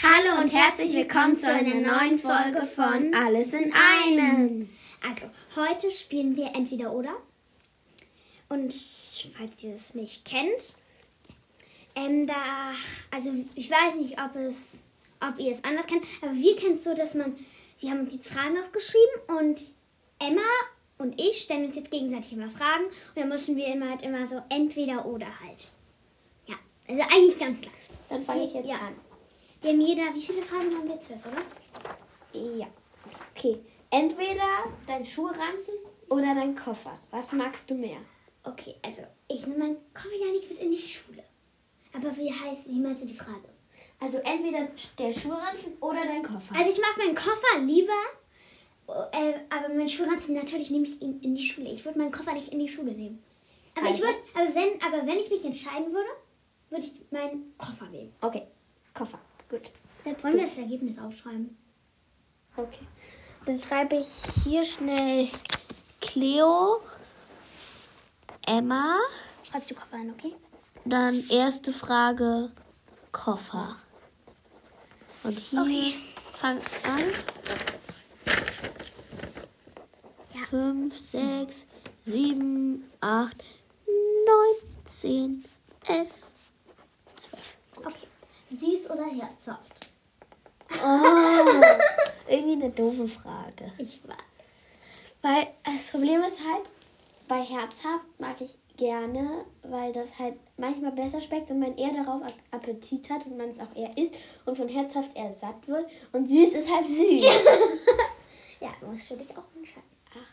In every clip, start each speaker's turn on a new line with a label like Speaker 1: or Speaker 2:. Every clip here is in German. Speaker 1: Hallo und herzlich willkommen zu einer neuen Folge von
Speaker 2: Alles in
Speaker 1: einem. Also, heute spielen wir entweder oder. Und falls ihr es nicht kennt, ähm, da, also ich weiß nicht, ob es, ob ihr es anders kennt, aber wir kennen es so, dass man, wir haben uns die Fragen aufgeschrieben und Emma und ich stellen uns jetzt gegenseitig immer Fragen und dann müssen wir immer halt immer so entweder oder halt. Ja, also eigentlich ganz leicht.
Speaker 2: Dann fange ich jetzt
Speaker 1: Ja.
Speaker 2: an.
Speaker 1: Wir haben jeder, wie viele Fragen haben wir? Zwölf, oder?
Speaker 2: Ja. Okay. Entweder dein Schuhranzen oder dein Koffer. Was magst du mehr?
Speaker 1: Okay, also ich nehme meinen Koffer ja nicht mit in die Schule. Aber wie heißt, wie meinst du die Frage?
Speaker 2: Also entweder der Schuhranzen oder dein Koffer.
Speaker 1: Also ich mag meinen Koffer lieber, äh, aber meinen Schulranzen natürlich nehme ich ihn in die Schule. Ich würde meinen Koffer nicht in die Schule nehmen. Aber ich
Speaker 2: Also?
Speaker 1: würde, aber wenn, aber wenn ich mich entscheiden würde, würde ich meinen Koffer wählen.
Speaker 2: okay. Koffer. Gut. Jetzt
Speaker 1: Wollen
Speaker 2: du.
Speaker 1: wir das Ergebnis aufschreiben?
Speaker 2: Okay. Dann schreibe ich hier schnell Cleo, Emma.
Speaker 1: Schreibst du Koffer an, okay?
Speaker 2: Dann erste Frage Koffer. Und hier
Speaker 1: Okay.
Speaker 2: fang an. 5, 6, 7, 8, 9, 10, 11, 12.
Speaker 1: Okay. Süß oder herzhaft?
Speaker 2: Oh. Irgendwie eine doofe Frage.
Speaker 1: Ich weiß.
Speaker 2: Weil das Problem ist halt, bei Herzhaft mag ich gerne, weil das halt manchmal besser schmeckt und man eher darauf Ap- Appetit hat und man es auch eher isst und von Herzhaft eher satt wird. Und süß ist halt süß.
Speaker 1: Ja, musst du dich auch entscheiden.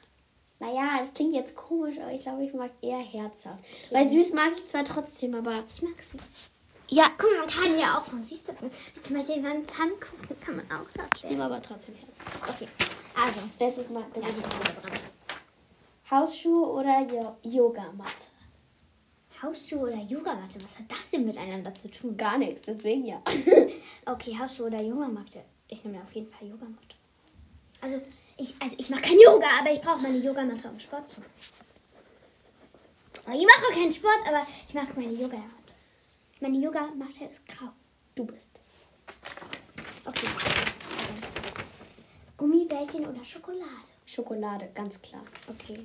Speaker 2: naja, es klingt jetzt komisch, aber ich glaube, ich mag eher Herzhaft. Weil süß mag ich zwar trotzdem, aber.
Speaker 1: Ich mag süß.
Speaker 2: Ja,
Speaker 1: Guck, man kann ja auch von süß essen. Wie zum Beispiel beim Pfannkuchen kann man auch satt
Speaker 2: ich nehme aber trotzdem Herzhaft.
Speaker 1: Okay, also.
Speaker 2: Letztes Mal. bin
Speaker 1: Ja,
Speaker 2: ich-
Speaker 1: ich bin dran.
Speaker 2: Hausschuhe oder jo Yogamatte?
Speaker 1: Hausschuhe oder Yogamatte, was hat das denn miteinander zu tun?
Speaker 2: Gar nichts, deswegen ja.
Speaker 1: Okay, Hausschuhe oder Yogamatte. Ich nehme auf jeden Fall Yogamatte. Also, ich, also ich mache kein Yoga, aber ich brauche meine Yogamatte, um Sport zu machen. Ich mache auch keinen Sport, aber ich mache meine Yogamatte. Meine Yogamatte ist grau.
Speaker 2: Du bist.
Speaker 1: Okay. Also, Gummibärchen oder Schokolade?
Speaker 2: Schokolade, ganz klar.
Speaker 1: Okay.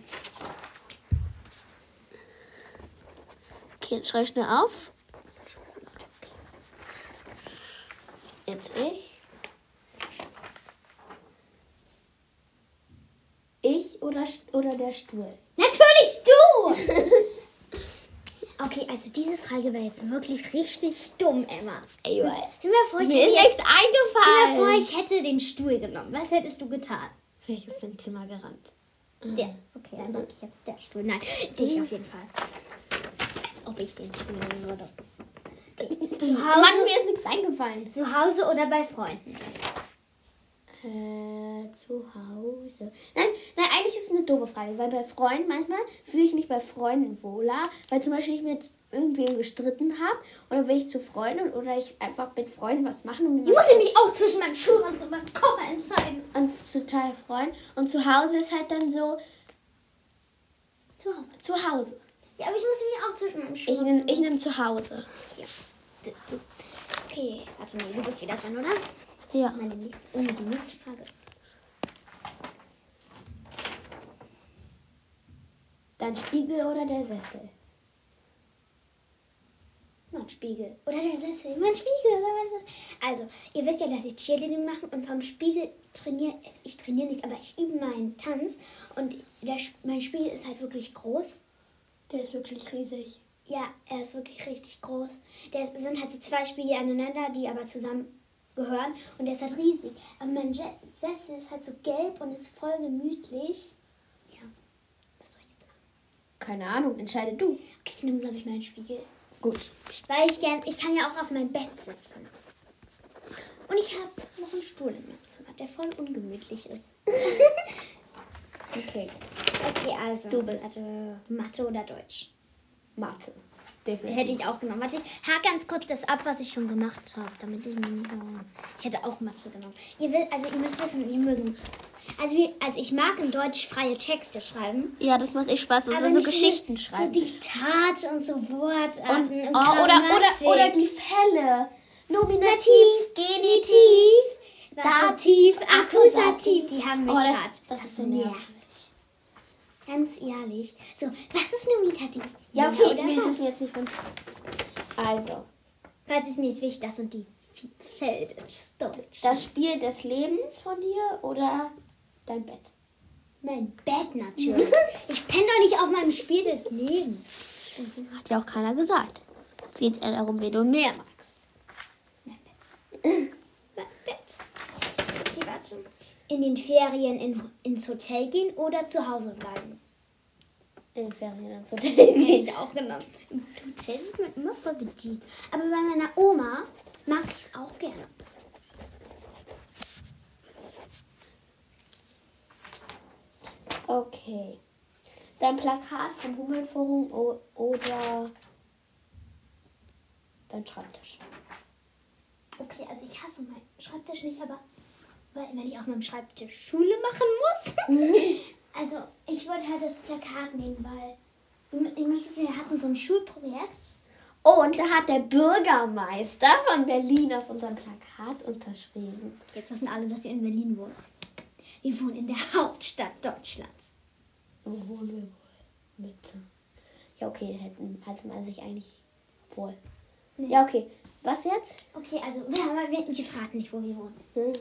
Speaker 3: Okay, jetzt schreibe ich schnell auf. Jetzt ich.
Speaker 2: Ich oder, St- oder der Stuhl?
Speaker 1: Natürlich du! okay, also diese Frage war jetzt wirklich richtig dumm, Emma.
Speaker 2: Ey, weil.
Speaker 1: Stell mir vor, ich hätte jetzt-
Speaker 2: nichts
Speaker 1: Stell mir vor,
Speaker 2: eingefallen.
Speaker 1: ich hätte den Stuhl genommen. Was hättest du getan?
Speaker 2: Vielleicht ist im Zimmer gerannt.
Speaker 1: Der. Okay, dann sag ich jetzt der Stuhl. Nein, dich auf jeden Fall. Als ob ich den Stuhl nehmen würde. Okay. Zu,
Speaker 2: Mann,
Speaker 1: Hause,
Speaker 2: mir ist nichts eingefallen.
Speaker 1: zu Hause oder bei Freunden?
Speaker 2: Äh, zu Hause. Nein, nein, eigentlich ist es eine doofe Frage, weil bei Freunden manchmal fühle ich mich bei Freunden wohler, weil zum Beispiel ich mit irgendwem gestritten habe und dann will ich zu Freunden oder ich einfach mit Freunden was machen und
Speaker 1: Ich muss ich mich auch zwischen meinem Schulranzen und meinem Koffer entscheiden.
Speaker 2: und total freuen. Und zu Hause ist halt dann so
Speaker 1: Zu Hause.
Speaker 2: zu Hause.
Speaker 1: Ja, aber ich muss mich auch zwischen meinem
Speaker 2: Ich
Speaker 1: Schulranzen
Speaker 2: nehme ich nehm zu Hause.
Speaker 1: Hier. Du- du. Okay, warte mal, du bist wieder dran, oder?
Speaker 2: Ja.
Speaker 1: Das ist meine nächste, oh, die nächste Frage.
Speaker 2: Dein Spiegel oder der Sessel?
Speaker 1: Mein Spiegel. Oder der Sessel. Mein Spiegel. oder mein Sessel. Also, ihr wisst ja, dass ich Cheerleading mache und vom Spiegel trainiere. also Ich trainiere nicht, aber ich übe meinen Tanz. Und der, Sch- mein Spiegel ist halt wirklich groß.
Speaker 2: Der ist wirklich riesig.
Speaker 1: Ja, er ist wirklich richtig groß. Der ist, es sind halt so zwei Spiegel aneinander, die aber zusammen gehören. Und der ist halt riesig. Aber mein Je Sessel ist halt so gelb und ist voll gemütlich. Ja, was soll ich sagen?
Speaker 2: Keine Ahnung, entscheide du.
Speaker 1: Okay, ich nehme, glaube ich, meinen Spiegel.
Speaker 2: Gut.
Speaker 1: Weil ich gern, ich kann ja auch auf meinem Bett sitzen. Und ich habe noch einen Stuhl in meinem Zimmer, der voll ungemütlich ist.
Speaker 2: Okay.
Speaker 1: Okay, also.
Speaker 2: Du bist.
Speaker 1: Also, Mathe oder Deutsch?
Speaker 2: Mathe. Definitiv.
Speaker 1: Hätte ich auch genommen. Warte, ich hake ganz kurz das ab, was ich schon gemacht habe, damit ich mich nicht verhole. Ich hätte auch Mathe genommen. Ihr will, also ihr müsst wissen, ihr mögen. Also, wir, also ich mag in Deutsch freie Texte schreiben.
Speaker 3: Ja, das macht echt Spaß.
Speaker 1: aber
Speaker 3: Also so
Speaker 1: nicht
Speaker 3: Geschichten
Speaker 1: so,
Speaker 3: schreiben.
Speaker 1: So Diktate und so Wortarten
Speaker 2: oh, oder, oder,
Speaker 1: Grammatik.
Speaker 2: oder die Fälle.
Speaker 1: Nominativ, Genitiv, Dativ, Akkusativ. Die haben wir
Speaker 2: Oh, das-
Speaker 1: grad.
Speaker 2: das ist so
Speaker 1: Ganz ehrlich. So, was ist Nominativ?
Speaker 2: Ja, okay,
Speaker 1: oder
Speaker 2: wir
Speaker 1: was?
Speaker 2: dürfen jetzt nicht von. Also,
Speaker 1: Falls es nicht wichtig, das sind die Feld ins Deutsch.
Speaker 2: das Spiel des Lebens von dir oder dein Bett?
Speaker 1: mein Bett natürlich. ich penne doch nicht auf meinem Spiel des Lebens.
Speaker 3: Hat ja auch keiner gesagt. Es geht eher darum, wen du mehr magst.
Speaker 1: Mein Bett. Okay, warte. In den Ferien in, ins Hotel gehen oder zu Hause bleiben?
Speaker 2: In den Ferien ins Hotel gehen.
Speaker 1: ich auch genommen. Im Hotel ist man immer voll bedient. Aber bei meiner Oma mag ich es auch gerne.
Speaker 2: Okay. Dein Plakat vom Hummelforum o- oder dein Schreibtisch?
Speaker 1: Okay, also ich hasse meinen Schreibtisch nicht, aber weil, weil ich auf meinem Schreibtisch Schule machen muss. also ich wollte halt das Plakat nehmen, weil im- im Beispiel, wir hatten so ein Schulprojekt.
Speaker 2: Und da hat der Bürgermeister von Berlin auf unserem Plakat unterschrieben.
Speaker 1: Jetzt wissen alle, dass wir in Berlin wohnen. Wir wohnen in der Hauptstadt Deutschlands.
Speaker 2: Wo wohnen wir wohl? Mitte. Ja, okay, hätten, hatte man sich eigentlich wohl.
Speaker 1: Nee.
Speaker 2: Ja, okay. Was jetzt?
Speaker 1: Okay, also wir, haben, wir, wir fragen nicht, wo wir wohnen.
Speaker 2: Hm?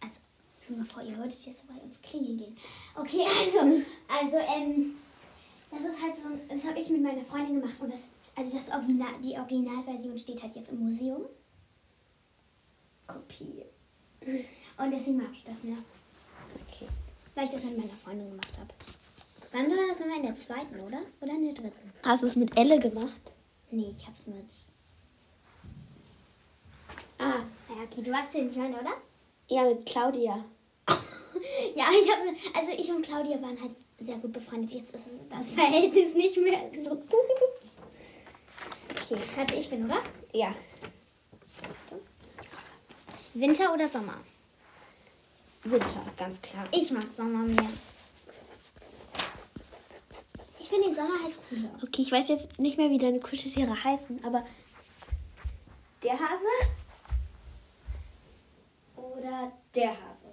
Speaker 1: Also, schon mal vor, ihr würdet jetzt bei uns klingeln gehen. Okay, also, also, ähm, das ist halt so, ein- das habe ich mit meiner Freundin gemacht und das, also das Original, die Originalversion steht halt jetzt im Museum. Kopie. Und deswegen mag ich das mehr,
Speaker 2: Okay.
Speaker 1: weil ich das mit meiner Freundin gemacht habe. Wann war das nochmal? In der zweiten, oder? Oder in der dritten?
Speaker 3: Hast du es mit Elle gemacht?
Speaker 1: Nee, ich hab's mit.
Speaker 2: Ah,
Speaker 1: Naja, okay, du weißt den nicht meine, oder?
Speaker 2: ja, mit Claudia.
Speaker 1: Ja, ich habe, also ich und Claudia waren halt sehr gut befreundet. Jetzt ist es das Verhältnis nicht mehr so gut. Okay, also ich bin, oder?
Speaker 2: Ja.
Speaker 1: Winter oder Sommer?
Speaker 2: Winter, ganz klar.
Speaker 1: Ich mag Sommer mehr. Ich finde den Sommer halt cooler.
Speaker 3: Okay, ich weiß jetzt nicht mehr, wie deine Kuscheltiere heißen, aber
Speaker 2: Der Hase? Oder der Hase?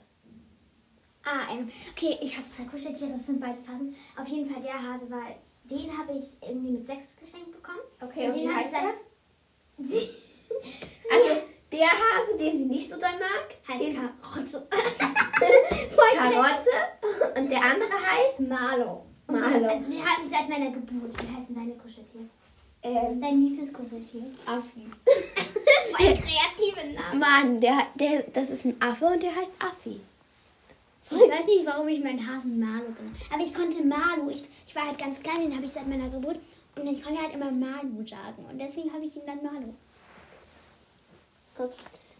Speaker 1: Ah, ähm, okay, ich habe zwei Kuscheltiere, das sind beides Hasen. Auf jeden Fall der Hase, weil den habe ich irgendwie mit sechs geschenkt bekommen.
Speaker 2: Okay, und wie
Speaker 1: hab ich
Speaker 2: heißt
Speaker 1: seit-
Speaker 2: er?
Speaker 1: Sie
Speaker 2: Also der Hase, den sie nicht so doll mag, den
Speaker 1: heißt
Speaker 2: sie-
Speaker 1: Karotte. Voll
Speaker 2: Karotte und der andere heißt
Speaker 1: Marlo.
Speaker 2: Marlo.
Speaker 1: Den habe ich seit meiner halt Geburt. Wie heißen deine Kuscheltiere?
Speaker 3: äh,
Speaker 2: ähm,
Speaker 1: Dein Lieblingskuscheltier?
Speaker 2: Affi.
Speaker 1: Mein kreativen Namen.
Speaker 2: Mann, der, der, das ist ein Affe und der heißt Affi.
Speaker 1: Ich weiß nicht, warum ich meinen Hasen Marlo genannt habe. Aber ich konnte Marlo, ich, ich war halt ganz klein, den habe ich seit meiner Geburt. Und ich konnte halt immer Marlo sagen. Und deswegen habe ich ihn dann Marlo.
Speaker 2: Okay.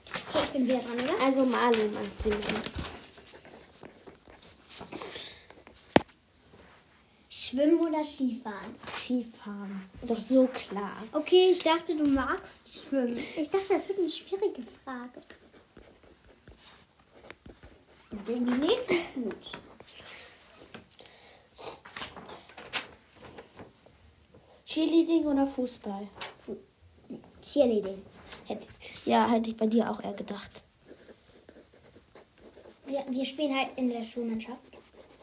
Speaker 1: Okay, ich bin wieder dran, oder?
Speaker 2: Also Marlon macht sie mit.
Speaker 1: Schwimmen oder Skifahren?
Speaker 2: Skifahren. Ist doch so klar.
Speaker 1: Okay, ich dachte, du magst schwimmen. Ich dachte, das wird eine schwierige Frage. Denn die nächste ist gut.
Speaker 2: Cheerleading oder Fußball?
Speaker 1: Cheerleading.
Speaker 3: hätte, ja, hätte ich bei dir auch eher gedacht.
Speaker 1: Wir, wir spielen halt in der Schulmannschaft.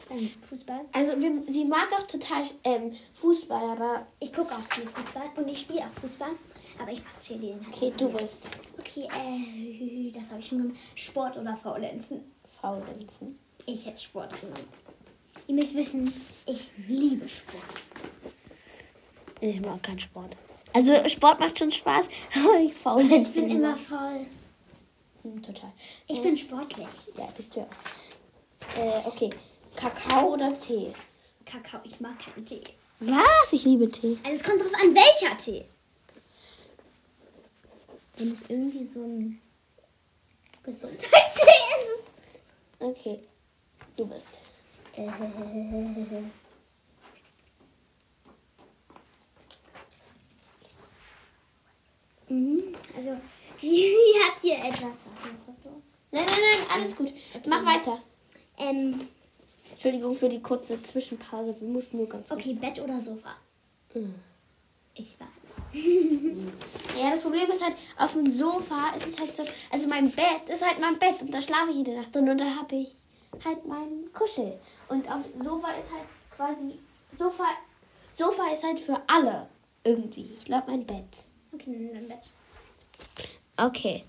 Speaker 1: Ähm, Fußball.
Speaker 2: Also wir, sie mag auch total ähm, Fußball, aber
Speaker 1: Ich gucke auch viel Fußball und ich spiele auch Fußball. Aber ich mag Cheerleading halt.
Speaker 2: okay,
Speaker 1: nicht
Speaker 2: du
Speaker 1: mehr.
Speaker 2: bist
Speaker 1: Okay, äh, das habe ich schon genommen. Sport oder Faulenzen?
Speaker 2: Faulenzen.
Speaker 1: Ich hätte Sport genommen. Ihr müsst wissen, ich liebe Sport.
Speaker 3: Ich mag keinen Sport. Also Sport macht schon Spaß, aber ich faul
Speaker 1: Ich bin immer faul.
Speaker 2: Hm, total.
Speaker 1: Ich bin sportlich.
Speaker 2: Ja, bist du ja auch. Äh, okay. Kakao oder Tee?
Speaker 1: Kakao, ich mag keinen Tee.
Speaker 3: Was? Ich liebe Tee.
Speaker 1: Also es kommt drauf an, welcher Tee. Wenn es irgendwie so ein Gesundheitstee ist.
Speaker 2: Okay. Du bist.
Speaker 1: Äh, Mhm, also, sie hat hier etwas. Warte, was hast du?
Speaker 2: Nein, nein, nein, alles gut. Mach weiter.
Speaker 1: Ähm,
Speaker 2: Entschuldigung für die kurze Zwischenpause. Wir mussten nur ganz kurz.
Speaker 1: okay, Bett oder Sofa?
Speaker 2: Mhm.
Speaker 1: Ich weiß.
Speaker 2: Ja, das Problem ist halt, auf dem Sofa ist es halt so, also mein Bett ist halt mein Bett und da schlafe ich jede Nacht drin und da habe ich halt meinen Kuschel. Und auf dem Sofa ist halt quasi, Sofa, Sofa ist halt für alle irgendwie. Ich glaube, mein Bett.
Speaker 1: Okay, nimm dein Bett.
Speaker 3: Okay.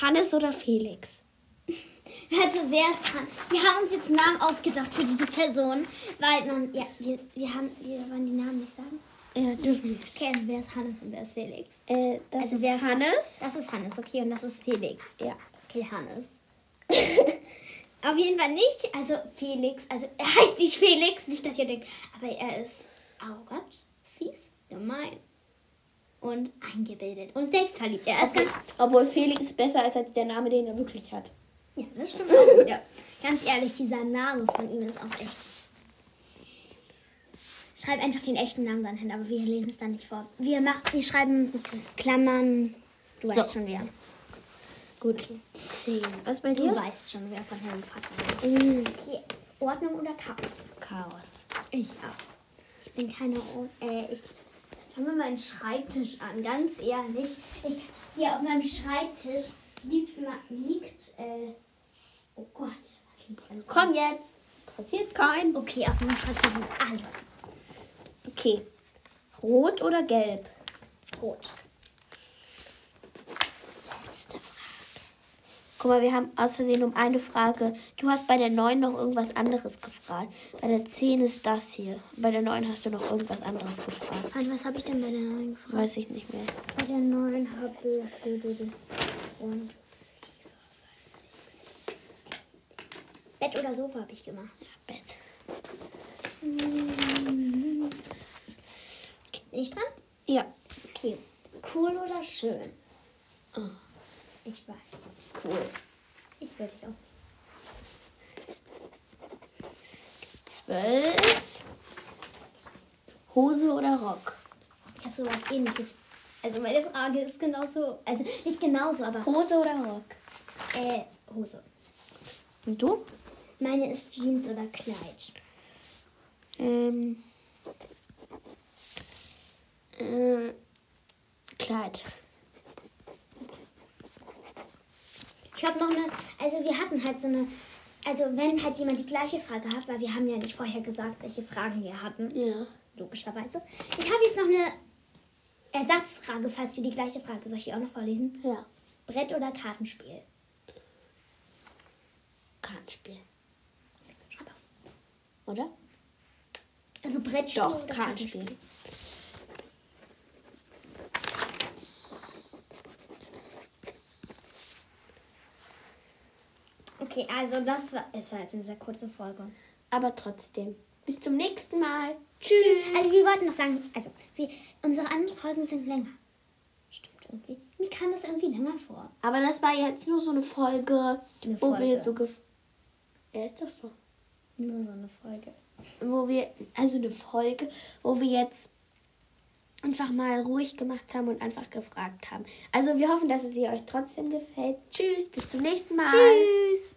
Speaker 3: Hannes oder Felix?
Speaker 1: Also wer ist dran? Wir haben uns jetzt einen Namen ausgedacht für diese Person, weil man, ja, wir, wir haben, wir wollen die Namen nicht sagen.
Speaker 3: Ja, Äh, dürfen
Speaker 1: Okay, also wer ist Hannes und wer ist Felix?
Speaker 3: äh, Das
Speaker 1: Also
Speaker 3: ist
Speaker 1: wer ist-
Speaker 3: Hannes.
Speaker 1: Das ist Hannes, okay, und das ist Felix.
Speaker 3: Ja.
Speaker 1: Okay, Hannes. Auf jeden Fall nicht, also Felix, also er heißt nicht Felix, nicht, dass ihr denkt, aber er ist arrogant, fies, gemein und eingebildet und selbstverliebt. Er ist ganz,
Speaker 2: Obwohl Felix besser ist als der Name, den er wirklich hat.
Speaker 1: ja, das stimmt auch wieder. Ganz ehrlich, dieser Name von ihm ist auch echt. Schreib einfach den echten Namen dann hin, aber wir lesen es dann nicht vor. Wir, machen, wir schreiben Klammern, du weißt
Speaker 3: So.
Speaker 1: schon wer.
Speaker 3: Gut. Zehn. Was bei
Speaker 1: Du
Speaker 3: dir?
Speaker 1: weißt schon, wer von Harry Potter ist.
Speaker 3: Mm,
Speaker 1: Okay. Ordnung oder Chaos?
Speaker 3: Chaos.
Speaker 1: Ich auch. Ich bin keine Ordnung. Äh, ich fange mal meinen Schreibtisch an, ganz ehrlich. Ich, hier auf meinem Schreibtisch liegt, immer- liegt äh, oh Gott, was liegt alles
Speaker 2: Komm jetzt!
Speaker 1: Interessiert keinen. Okay, auf meinem Schreibtisch liegt alles
Speaker 3: Okay. Rot oder gelb?
Speaker 1: rot.
Speaker 3: Guck mal, wir haben aus Versehen um eine Frage. Du hast bei der 9 noch irgendwas anderes gefragt. Bei der 10 ist das hier. Bei der 9 hast du noch irgendwas anderes gefragt.
Speaker 1: Und was habe ich denn bei der neuen gefragt?
Speaker 3: Weiß ich nicht mehr.
Speaker 1: Bei der neuen habe ich und Bett oder Sofa habe ich gemacht.
Speaker 3: Bett.
Speaker 1: Bin ich dran?
Speaker 3: Ja.
Speaker 1: Okay. Cool oder schön?
Speaker 3: Ah.
Speaker 1: Ich weiß.
Speaker 3: Cool.
Speaker 1: Ich werde dich auch.
Speaker 3: 12. Hose oder Rock?
Speaker 1: Ich habe sowas ähnliches. Also meine Frage ist genauso. Also nicht genauso, aber
Speaker 3: Hose oder Rock?
Speaker 1: äh, Hose.
Speaker 3: Und du?
Speaker 1: Meine ist Jeans oder Kleid.
Speaker 3: Ähm. Äh, Kleid.
Speaker 1: Ich habe noch eine. Also wir hatten halt so eine. Also wenn halt jemand die gleiche Frage hat, weil wir haben ja nicht vorher gesagt, welche Fragen wir hatten,
Speaker 3: Ja.
Speaker 1: logischerweise. Ich habe jetzt noch eine Ersatzfrage, falls wir die gleiche Frage. Soll ich die auch noch vorlesen?
Speaker 3: Ja.
Speaker 1: Brett oder Kartenspiel?
Speaker 3: Kartenspiel.
Speaker 1: Schreib auf.
Speaker 3: Oder?
Speaker 1: Also Brettspiel
Speaker 3: Doch,
Speaker 1: oder
Speaker 3: Kartenspiel.
Speaker 1: Okay, also das war, es war jetzt eine sehr kurze Folge.
Speaker 2: Aber trotzdem. Bis zum nächsten Mal. Tschüss!
Speaker 1: Also wir wollten noch sagen, also wir, unsere anderen Folgen sind länger. Stimmt irgendwie. Mir kam das irgendwie länger vor.
Speaker 2: Aber das war jetzt nur so eine Folge,
Speaker 1: Eine
Speaker 2: wo
Speaker 1: Folge.
Speaker 2: wir so gef ja, ist doch so.
Speaker 1: Nur so eine Folge.
Speaker 2: Wo wir also eine Folge, wo wir jetzt einfach mal ruhig gemacht haben und einfach gefragt haben. Also wir hoffen, dass es ihr euch trotzdem gefällt. Tschüss, bis zum nächsten Mal.
Speaker 1: Tschüss!